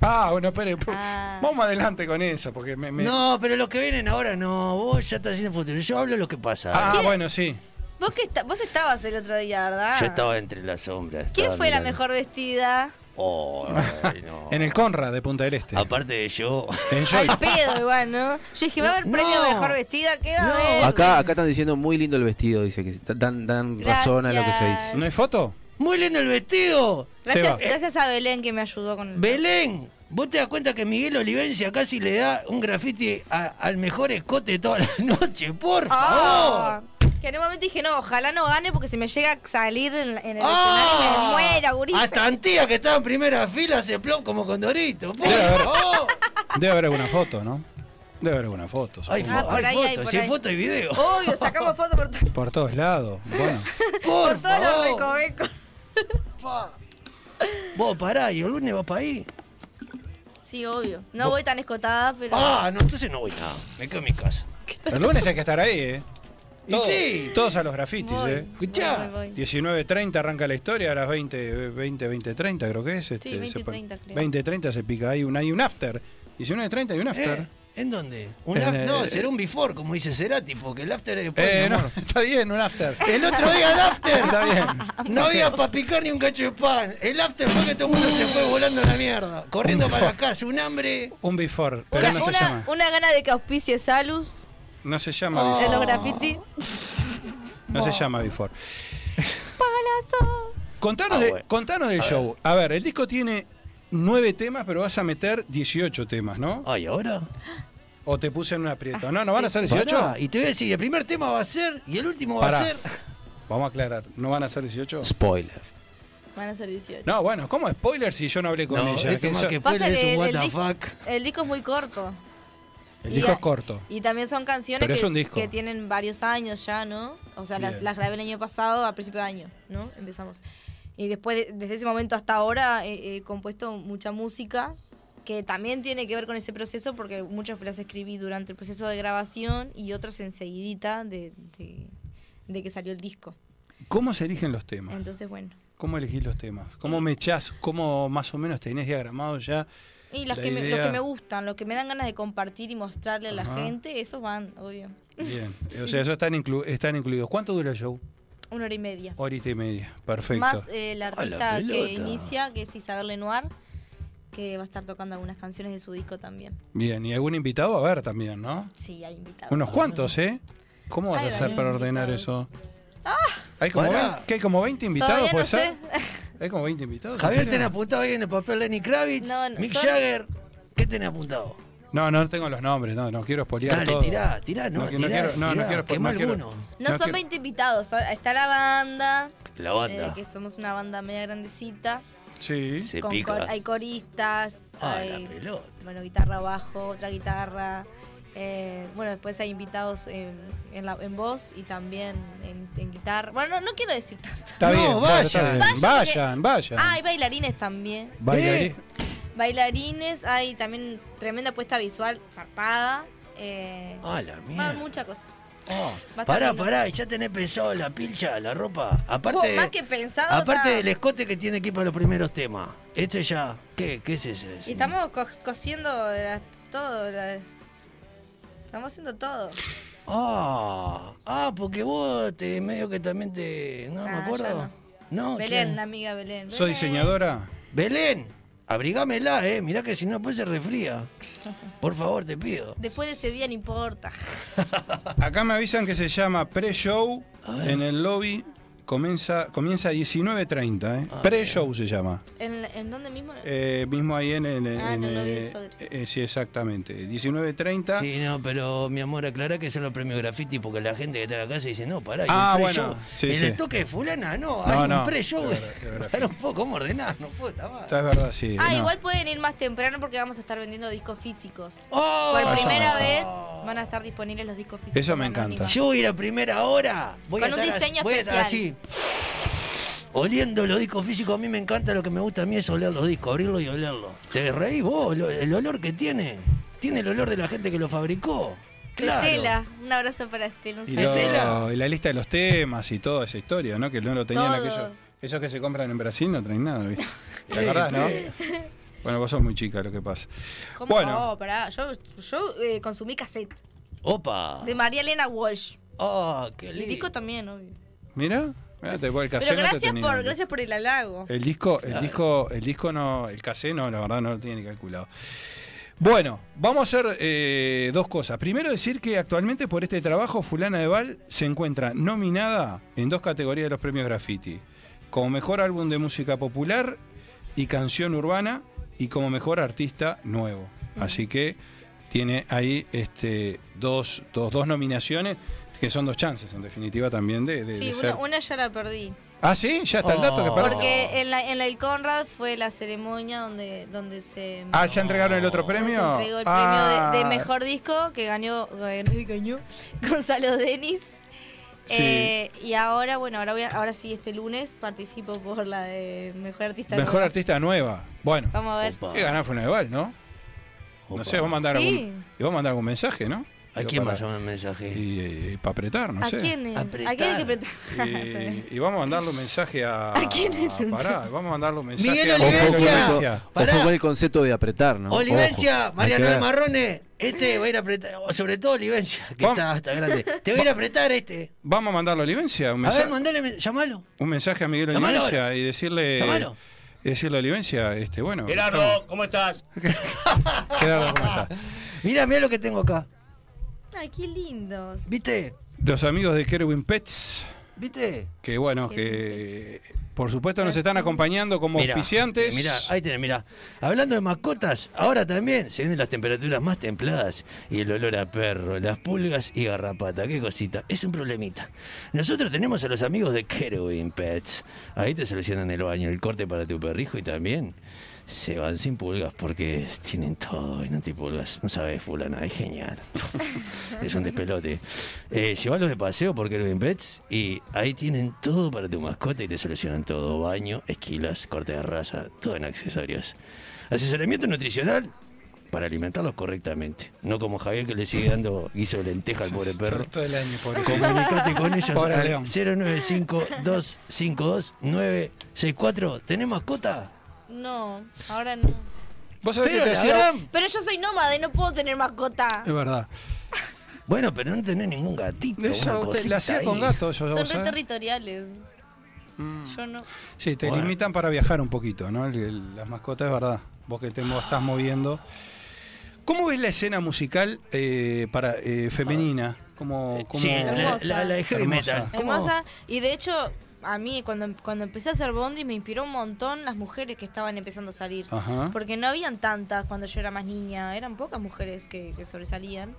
S4: Ah, bueno, espere, pu-
S5: Ah.
S4: vamos adelante con eso, porque me... me-
S7: No, pero los que vienen ahora no. Vos ya estás haciendo futuro. Yo hablo lo que pasa.
S4: ah, bueno, sí.
S5: ¿Vos, que esta- vos estabas el otro día, ¿verdad?
S7: Yo estaba entre las sombras.
S5: ¿Quién
S7: estaba
S5: fue la
S7: mirando.
S5: mejor vestida?
S7: Oh, ay, no.
S4: En el Conrad de Punta del Este.
S7: Aparte de yo.
S4: En Joy.
S5: Al pedo, igual, ¿no? Yo dije, va a haber
S7: No.
S5: premio mejor vestida, ¿qué va a
S7: No.
S5: haber?
S6: Acá, acá están diciendo muy lindo el vestido, dice que dan, dan razón a lo que se dice.
S5: Gracias.
S4: ¿No hay foto?
S7: Muy lindo el vestido.
S4: Seba.
S5: Gracias, gracias a Belén que me ayudó con el.
S7: Belén, vos te das cuenta que Miguel Olivencia casi le da un graffiti a- al mejor escote de toda la noche, por
S5: Ah,
S7: favor.
S5: Que en un momento dije, no, ojalá no gane porque si me llega a salir en, en el escenario me
S7: ¡Ah!
S5: muero, gurisa.
S7: Hasta Antía, que estaba en primera fila, se plop como con Dorito. Por
S4: Debe haber,
S7: favor.
S4: debe haber alguna foto, ¿no? Debe haber alguna foto.
S7: Hay,
S4: supongo.
S7: fo-
S5: Ah, por
S7: hay
S5: ahí, hay,
S7: fotos,
S5: por
S7: sí, hay
S5: ahí.
S7: fotos y video.
S5: Obvio, sacamos fotos por, to-
S4: Por todos lados. Bueno.
S7: Por,
S5: por todos los
S7: favor.
S5: recovecos.
S7: Vos pará, y el lunes vas para ahí.
S5: Sí, obvio. No voy tan escotada, pero.
S7: Ah, no, entonces no voy nada. Me quedo en mi casa.
S4: El lunes hay que estar ahí, ¿eh?
S7: Y sí.
S4: Todos a los grafitis,
S5: voy,
S4: ¿eh?
S7: Escuchá.
S5: voy, voy, voy.
S4: 19.30 arranca la historia, a las 20, 20, 20, 30 creo que es. Este,
S5: 20,
S4: se pon-
S5: 30 creo.
S4: 20, 30 se pica, hay un, hay un after. 19.30 hay un after.
S7: Eh, ¿En dónde? Un
S4: En,
S7: af- no,
S4: eh,
S7: será un before, como dice Cerati, porque el after es después.
S4: Eh,
S7: mi
S4: no,
S7: amor.
S4: está bien, un after.
S7: El otro día el after.
S4: Está bien.
S7: No había para picar ni un cacho de pan. El after fue que todo el mundo se fue volando a la mierda. Corriendo
S4: Un
S7: para la
S4: before.
S7: casa, un hambre.
S4: Un before, pero
S5: Una,
S4: no se
S5: una-
S4: llama.
S5: una gana de que auspicie Salus
S4: No se llama
S5: de
S7: Ah.
S4: before.
S5: los graffiti.
S4: No se llama before. Contanos,
S7: Ah,
S4: de- contanos del show. A ver, el disco tiene nueve temas, pero vas a meter 18 temas, ¿no?
S7: Ay, ahora.
S4: O te puse en un aprieto. No, no van a ser 18.
S7: Pará, y te voy a decir, el primer tema va a ser y el último va a
S4: Pará.
S7: ser.
S4: Vamos a aclarar, ¿no van a ser 18?
S6: Spoiler.
S5: Van a ser 18.
S4: No, bueno, ¿cómo spoiler si yo no hablé con
S7: No,
S4: ella?
S7: esto
S4: Que
S7: más
S4: eso-
S7: que
S5: Pasa
S7: spoiler es
S5: que
S7: un what
S5: el,
S7: the
S5: disco-
S7: fuck.
S5: el disco es muy corto.
S4: El
S5: y-
S4: disco es corto.
S5: Y también son canciones
S4: Pero
S5: que,
S4: es un disco.
S5: que tienen varios años ya, ¿no? O sea, las,
S4: Bien.
S5: las grabé el año pasado, a principio de año, ¿no? Empezamos. Y después, de- desde ese momento hasta ahora, he, he compuesto mucha música que también tiene que ver con ese proceso, porque muchas las escribí durante el proceso de grabación y otras enseguidita de, de- de que salió el disco.
S4: ¿Cómo se eligen los temas?
S5: Entonces, bueno.
S4: ¿Cómo elegís los temas? ¿Cómo me echás? ¿Cómo más o menos tenés diagramado ya?
S5: Y las
S4: La
S5: que me, los
S4: idea-
S5: que me gustan, los que me dan ganas de compartir y mostrarle a la
S4: Ajá.
S5: gente, esos van, obvio.
S4: Bien. O sea, eso están, inclu- están incluidos. ¿Cuánto dura el show?
S5: Una hora y media.
S4: Horita y media. Perfecto.
S5: Más eh, la
S7: A la
S5: artista que
S7: pelota.
S5: inicia, que es Isabel Lenoir, que va a estar tocando algunas canciones de su disco también.
S4: Bien. ¿Y algún invitado va a ver también, no?
S5: Sí, hay invitados.
S4: Unos cuantos, ¿eh? ¿Cómo vas
S5: Hay
S4: a hacer
S5: varios
S4: para ordenar eso?
S5: invitados. Ah.
S4: ¿Hay como,
S7: Pará.
S4: 20, ¿qué, hay como 20 invitados?
S5: Todavía
S4: ¿Puede
S5: no
S4: ser?
S5: sé.
S4: ¿Hay como 20 invitados? ¿En
S7: Javier
S4: serio?
S7: tiene apuntado ahí en el papel Lenny Kravitz,
S5: No, no,
S7: Mick
S5: son-
S7: Jagger. ¿Qué tenés apuntado?
S4: No, no tengo los nombres. No, no quiero spoilear
S7: Dale,
S4: todo.
S7: tirá, tirá, no,
S4: que-
S7: tirá,
S4: quiero, no,
S7: tirá,
S4: no quiero
S7: quemá
S4: no quiero-
S7: alguno.
S5: No son
S4: quiero-
S5: 20 invitados, son- está la banda,
S7: La
S5: eh, que somos una banda media grandecita.
S4: Sí.
S7: se
S5: con
S7: pica.
S5: cor- hay coristas,
S7: Ah, la
S5: hay
S7: pelota.
S5: bueno, guitarra bajo, otra guitarra. eh, bueno, después hay invitados en, en la- en voz y también en, en guitarra. Bueno, no, no quiero decir tanto.
S4: Está
S7: No,
S4: bien, claro, está
S7: vayan.
S4: bien. Vayan,
S5: Vayan,
S4: vayan.
S5: Ah, hay bailarines también.
S4: Bailarín.
S5: Bailarines, hay también tremenda puesta visual, zarpada. Eh,
S7: Ah, la
S5: va
S7: mierda.
S5: mucha cosa.
S7: Oh,
S5: Bastante
S7: pará,
S5: loco.
S7: pará, ¿y ya tenés pensado la pincha, la ropa. Aparte,
S5: Fue más que pensado,
S7: aparte
S5: está.
S7: del escote que tiene que ir para los primeros temas. Este ya, ¿qué, qué es ese?
S5: Y estamos co- cosiendo la- todo. la- estamos haciendo todo.
S7: Ah, ah, porque vos te medio que también te. No
S5: Ah,
S7: me acuerdo.
S5: ya
S7: No,
S5: Belén,
S7: ¿quién?
S5: la amiga Belén.
S4: ¿Sos
S5: Belén.
S4: diseñadora?
S7: Belén. Abrigámela, eh. Mirá que si no, después se refría. Por favor, te pido.
S5: Después de ese día no importa.
S4: Acá me avisan que se llama pre-show
S7: A ver.
S4: en el lobby. Comienza, comienza a 19.30, ¿eh?
S7: Ah,
S4: Pre-show se llama.
S5: ¿En, en dónde mismo?
S4: Eh, mismo ahí en el...
S5: Ah,
S4: en,
S5: en el lobby
S4: eh,
S5: de Sodre.
S4: eh, sí, exactamente.
S5: Ah.
S4: 19.30.
S7: Sí, no, pero mi amor, aclará que son los premios graffiti porque la gente que está en la casa dice, no, pará, hay
S4: Ah,
S7: un
S4: bueno,
S7: pre-show.
S4: sí,
S7: el
S4: sí.
S7: estoque de fulana, no,
S4: No,
S7: hay
S4: no,
S7: un pre-show.
S4: es verdad, es verdad.
S7: Pará un poco, ¿cómo ordenás? No puedo estar más.
S4: Esta es verdad, sí.
S5: Ah,
S4: no.
S5: igual pueden ir más temprano porque vamos a estar vendiendo discos físicos.
S7: ¡Oh!
S5: Por primera
S4: encanta.
S5: vez van a estar disponibles los discos físicos.
S4: Eso me
S5: anónimos.
S4: encanta.
S7: Yo voy a ir a primera hora. Voy
S5: Con
S7: a
S5: un
S7: estar así-
S5: diseño
S7: voy a estar
S5: especial.
S7: así, Oliendo los discos físicos, a mí me encanta, lo que me gusta a mí es oler los discos, abrirlos y olerlos. ¿Te reís vos? Lo- El olor que tiene. Tiene el olor de la gente que lo fabricó. Claro.
S5: Estela, un abrazo para Estela. un
S4: Y,
S5: saludo.
S4: lo- y la lista de los temas y toda esa historia, ¿no? Que no lo tenían
S5: Todo.
S4: aquellos. Esos que se compran en Brasil no traen nada, ¿viste? ¿Te acordás, no? Bueno, vos sos muy chica lo que pasa.
S8: ¿Cómo?
S4: Bueno.
S8: No, pará. Yo, yo eh, consumí cassette
S7: Opa.
S8: de María Elena Walsh.
S7: Ah, qué
S5: Y
S7: lindo.
S5: disco también, obvio.
S4: Mira, mira, te voy al casé,
S8: Pero
S4: no te
S8: gracias
S4: tenía
S8: por,
S4: nada.
S8: gracias por el halago.
S4: El disco, el disco, el disco no, el casé no, la verdad no lo tiene ni calculado. Bueno, vamos a hacer eh, dos cosas. Primero decir que actualmente por este trabajo Fulana de Val se encuentra nominada en dos categorías de los premios Graffiti. Como mejor álbum de música popular y canción urbana y como mejor artista nuevo. Así que tiene ahí este, dos, dos, dos nominaciones que son dos chances en definitiva también de, de-
S5: Sí,
S4: de ser...
S5: una, una ya la perdí.
S4: Ah, sí, ya está el dato que
S7: Oh.
S4: perdiste.
S5: Porque en la, en la del Conrad fue la ceremonia donde, donde se.
S4: Ah, ya entregaron el otro
S5: donde se
S4: premio.
S5: entregó el
S4: Ah,
S5: premio de, de mejor disco que ganó, ganó- ganó Gonzalo Denis.
S4: Sí.
S5: Eh, y ahora, bueno, ahora, voy a- ahora sí, este lunes participo por la de Mejor Artista.
S4: Mejor
S5: Nuevo.
S4: artista nueva. Bueno,
S5: Vamos a ver.
S7: Opa.
S4: que ganar fue una de Val, ¿no? No sé, vamos a mandar
S5: Sí.
S4: algún, le vamos a mandar algún mensaje, ¿no?
S7: ¿A
S4: Digo,
S7: quién va a
S4: para-
S7: llamar el mensaje?
S4: Y, para apretar, no
S5: ¿A
S4: sé.
S5: quién es? ¿A
S7: Apretar.
S5: quién hay que apretar?
S4: Y, y vamos a mandarle un mensaje a.
S5: ¿A quién le preguntó?
S4: Pará, vamos a mandarle un mensaje
S7: Miguel
S4: a
S6: Olivencia.
S4: Olivencia.
S6: O fue
S7: Pará.
S6: con el concepto de apretar, ¿no?
S7: Olivencia,
S6: Ojo, hay que
S7: Mariano
S6: ver.
S7: del Marrone, este va a ir a apretar, o sobre todo Olivencia, que
S4: Vamos.
S7: está, está grande. Te voy a ir a apretar este.
S4: Vamos a mandarle a Olivencia un
S7: A ver,
S4: mensaje,
S7: mandale, men- llamalo.
S4: un mensaje a Miguel
S7: Llamalo
S4: Olivencia y decirle.
S7: Llamalo.
S4: Y decirle a Olivencia, este, bueno.
S9: Gerardo, ¿cómo estás?
S4: estamos- Gerardo, ¿cómo estás?
S7: Mira, mira lo que tengo acá.
S5: Ay, qué lindos.
S7: ¿Viste?
S4: Los amigos de Kerwin Pets.
S7: ¿Viste?
S4: Que bueno, que por supuesto nos están acompañando como
S7: Mirá,
S4: auspiciantes.
S7: Mirá, ahí tenés, mirá. Hablando de mascotas, ahora también se vienen las temperaturas más templadas y el olor a perro, las pulgas y garrapata. Qué cosita, es un problemita. Nosotros tenemos a los amigos de Kerwin Pets. Ahí te solucionan el baño, el corte para tu perrijo y también se van sin pulgas porque tienen todo en antipulgas. No sabes, fulana, es genial. es un despelote. Eh, llévalos de paseo por Kerwin Pets y ahí tienen todo para tu mascota y te solucionan todo. Baño, esquilas, corte de raza, todo en accesorios. Asesoramiento nutricional para alimentarlos correctamente. No como Javier que le sigue dando guiso de lenteja al pobre perro.
S4: Todo el año, pobrecito.
S7: Comunicate con ellos
S4: Pobre
S7: al
S4: León.
S7: 095-252-964. ¿Tenés mascota?
S5: No, ahora no.
S4: Vos sabés que
S7: Pero
S4: te
S7: la
S4: hacía-
S7: gran-
S5: Pero yo soy nómada y no puedo tener mascota.
S4: Es verdad.
S7: Bueno, pero no tenés ningún gatito. una
S4: Ella te-
S7: cosita
S4: la hacía
S7: ahí.
S4: con gatos, yo
S5: Son
S4: vos
S5: re
S4: sabés.
S5: territoriales.
S7: Mm.
S5: Yo no.
S4: Sí, te
S7: Bueno.
S4: limitan para viajar un poquito, ¿no? El- el- las mascotas, es verdad. Vos que te mo- estás moviendo. ¿Cómo ves la escena musical eh, para, eh, femenina? Como, como-
S7: Eh, Sí, la, la, la de heavy
S4: Hermosa.
S7: metal. ¿Cómo?
S5: Hermosa. Y de hecho, a mí cuando, cuando empecé a hacer Bondi me inspiró un montón las mujeres que estaban empezando a salir.
S4: Ajá.
S5: Porque no habían tantas cuando yo era más niña, eran pocas mujeres que, que sobresalían.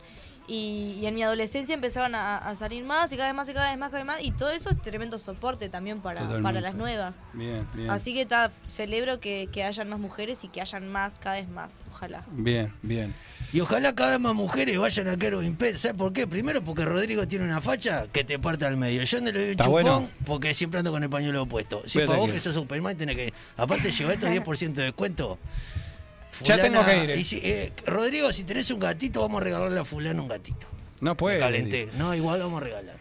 S5: Y, y en mi adolescencia empezaron a, a salir más y cada vez más y cada vez más, cada vez más. Y todo eso es tremendo soporte también para, para
S4: Totalmente.
S5: las nuevas.
S4: Bien, bien.
S5: Así que ta, celebro que, que hayan más mujeres y que hayan más, cada vez más, ojalá.
S4: Bien, bien.
S7: Y ojalá cada vez más mujeres vayan a Kerwin Pet. ¿Sabes por qué? Primero porque Rodrigo tiene una facha que te parte al medio. Yo no le doy un
S4: Está
S7: chupón
S4: bueno.
S7: porque siempre ando con el pañuelo opuesto. Si
S4: Voy a
S7: para
S4: tener
S7: vos
S4: que-
S7: que sos Superman tenés que... Aparte lleva estos 10% de descuento.
S4: Ya tengo que ir, eh.
S7: y si- eh, Rodrigo, si tenés un gatito, vamos a regalarle a fulano un gatito.
S4: No
S7: Me
S4: puede.
S7: Calenté. No, igual lo vamos a regalar.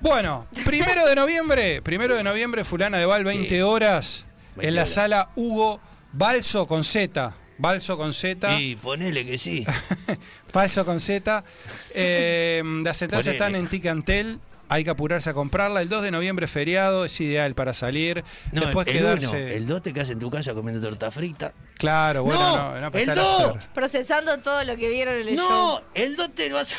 S4: Bueno, primero de noviembre, primero de noviembre, Fulana de Val, 20 horas,
S7: 20
S4: en la
S7: horas.
S4: sala Hugo Balso con Z. Balso con Z.
S7: Y ponele que sí.
S4: Balso con Z. Eh, las entradas
S7: Ponele.
S4: están en Ticantel. Hay que apurarse a comprarla. El 2 de noviembre feriado es ideal para salir.
S7: No,
S4: Después
S7: el
S4: quedarse.
S7: uno, el 2 te quedas en tu casa comiendo torta frita.
S4: Claro, bueno, no, no, pero
S7: el
S4: está el
S7: dos.
S4: after.
S5: Procesando todo lo que vieron en el show.
S7: No, el 2 te vas a-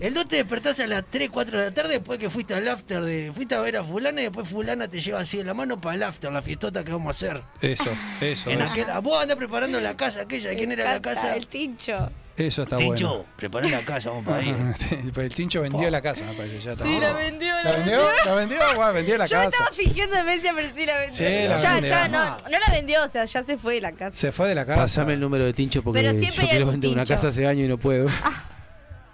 S7: El 2 te despertás a las 3, 4 de la tarde después que fuiste al after de. Fuiste a ver a fulana y después fulana te lleva así en la mano para el after, la fiestota que vamos a hacer.
S4: Eso, eso,
S7: En
S4: eso,
S7: aquel- vos andás preparando la casa aquella, ¿de quién era la
S5: Cata,
S7: casa?
S5: El tincho.
S4: eso está
S7: Tincho,
S4: bueno.
S7: prepará la casa, vamos para ahí.
S4: Pues el tincho vendió la casa, me parece. Ya está.
S5: Sí, la vendió, la,
S4: ¿La vendió? ¿La vendió? Bueno, vendió la
S5: Yo me
S4: casa.
S5: estaba fingiendo demencia, pero sí la vendió.
S4: Sí, la
S5: ya,
S4: vendió.
S5: ya, no, no la vendió, o sea, ya se fue de la casa.
S4: Se fue de la casa.
S6: Pasame el número de Tincho porque
S5: Pero
S6: yo
S5: siempre hay
S6: quiero
S5: algún
S6: vender una
S5: Tincho.
S6: casa hace años y no puedo.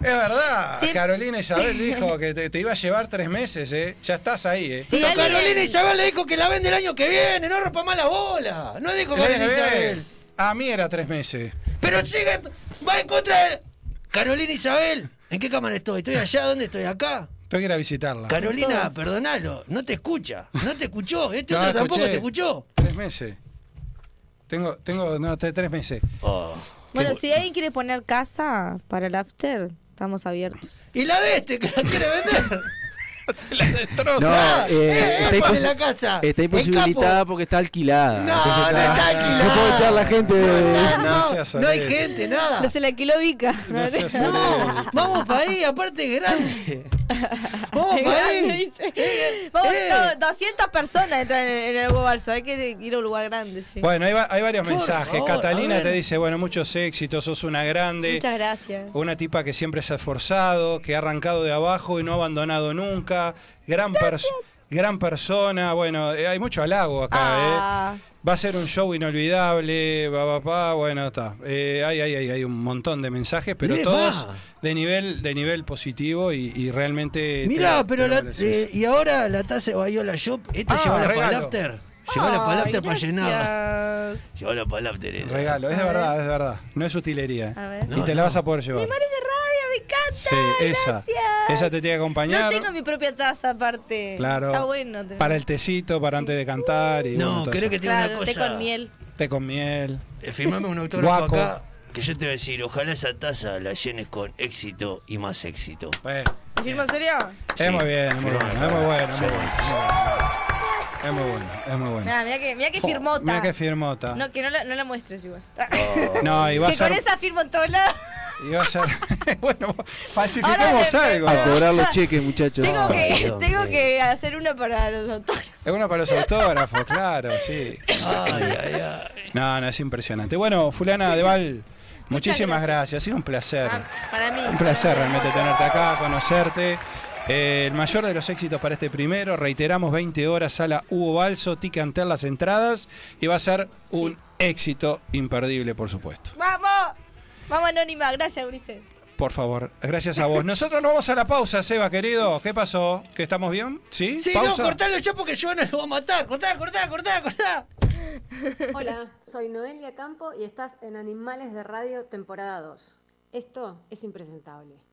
S4: Es verdad,
S5: Siempre-
S4: Carolina Isabel dijo que te, te iba a llevar tres meses, ¿eh? Ya estás ahí, ¿eh?
S5: Sí, alguien-
S7: Carolina Isabel le dijo que la vende el año que viene, no rompa más la bola. No dijo
S4: Eh,
S7: Carolina
S4: eh,
S7: Isabel.
S4: A mí era tres meses.
S7: Pero sigue, va en contra de. Carolina Isabel, ¿en qué cámara estoy? ¿Estoy allá? ¿Dónde estoy? ¿Acá?
S4: Tengo que ir a visitarla.
S7: Carolina, perdonalo, no te escucha. No te escuchó, este
S4: No,
S7: otro tampoco
S4: escuché.
S7: te escuchó.
S4: Tres meses. Tengo, tengo, no, te- tres meses.
S10: Bueno, si alguien quiere poner casa para el after, estamos abiertos.
S7: Y la de este que la quiere vender.
S4: Se la destroza.
S6: No,
S7: eh,
S6: está,
S7: ponle
S6: impos-
S7: la casa.
S6: está
S7: El
S6: imposibilitada
S7: capo.
S6: porque está alquilada.
S7: No,
S6: Entonces
S7: no está alquilada.
S6: No puedo echar la gente.
S7: No,
S4: no seas
S7: no, no hay
S4: solete.
S7: gente, nada.
S10: Lo se la quiló Vica.
S4: Ah. No seas
S7: No,
S4: solete.
S7: vamos para ahí, aparte es grande. Vamos para ahí.
S5: Vamos,
S7: Eh.
S5: to- 200 personas entran en, en el huevo balso. Hay que ir a un lugar grande, sí.
S4: Bueno, hay, va- hay varios
S7: Por
S4: mensajes.
S7: favor, a
S4: Catalina
S7: ver.
S4: te dice, bueno, muchos éxitos, sos una grande.
S5: Muchas gracias.
S4: Una tipa que siempre se ha esforzado, que ha arrancado de abajo y no ha abandonado nunca. Gran, pers- gran persona. Bueno, eh, hay mucho halago acá,
S5: Ah.
S4: ¿eh? Va a ser un show inolvidable, va, va, va, bueno, está. Eh, hay, hay, hay, hay un montón de mensajes, pero
S7: Le
S4: todos
S7: va.
S4: de nivel, de nivel positivo y, y realmente.
S7: Mirá,
S4: te-
S7: pero
S4: te
S7: la,
S4: valoreces.
S7: eh, y ahora la taza de Bayola Shop, esta
S4: Este, Ah,
S7: lleva la
S4: regalo.
S7: para el after. Lleva la para el after para llenarla.
S5: Gracias.
S7: Lleva la para el after. eh.
S4: Regalo, es de verdad, es de verdad. No es utilería.
S5: A ver.
S4: Y te la vas a poder llevar.
S5: Mares de radio, me encanta.
S4: Sí, esa. Esa te tiene que
S5: No
S4: acompañar.
S5: tengo mi propia taza aparte.
S4: Claro.
S5: Está bueno. tener-
S4: Para el tecito, para antes de cantar. Y bueno,
S7: No,
S4: todo
S7: creo
S4: eso.
S7: que tiene una
S5: Claro, té
S7: cosa.
S5: con miel.
S4: Té con miel.
S7: Eh, Firmame un autógrafo
S4: Guaco.
S7: acá. Que yo te voy a decir, ojalá esa taza la llenes con éxito y más éxito.
S4: Eh,
S5: ¿Me firmo en serio?
S4: es muy bien, es muy
S7: Sí,
S4: bueno, es muy bueno, es muy bueno. Es muy bueno, es muy bueno.
S5: Nada, mira que, mirá que firmota.
S4: Mira qué firmota.
S5: No, que no la, no la muestres igual.
S4: No, y va a
S5: que
S4: ser.
S5: con esa firmo en todos lados.
S4: Y va a ser bueno,
S5: Ahora
S4: falsificamos
S5: me-
S4: algo.
S6: A cobrar los cheques, muchachos.
S5: Tengo, que,
S7: Dios
S5: tengo
S7: mío.
S5: que hacer uno para los doctores.
S4: Es uno para los autógrafos, claro, sí.
S7: Ay, ay, ay.
S4: No, no, es impresionante. Bueno, Fulana Deval, muchísimas gracias. Ha sido un placer.
S5: Ah, para mí.
S4: Un placer realmente tenerte acá, conocerte. Eh, el mayor de los éxitos para este primero, reiteramos 20 horas, sala Hugo Balso, Ticantel las entradas y va a ser un éxito imperdible, por supuesto.
S5: ¡Vamos! Vamos, Anónima. Gracias, Ulises.
S4: Por favor, gracias a vos. Nosotros nos vamos a la pausa, Seba, querido. ¿Qué pasó? ¿Que estamos bien? ¿Sí?
S7: Sí,
S4: ¿Pausa?
S7: no, cortalo ya porque Giovanna lo va a matar. Cortá, cortá, cortá, cortá.
S11: Hola, soy Noelia Campo y estás en Animales de Radio, temporada 2. Esto es impresentable.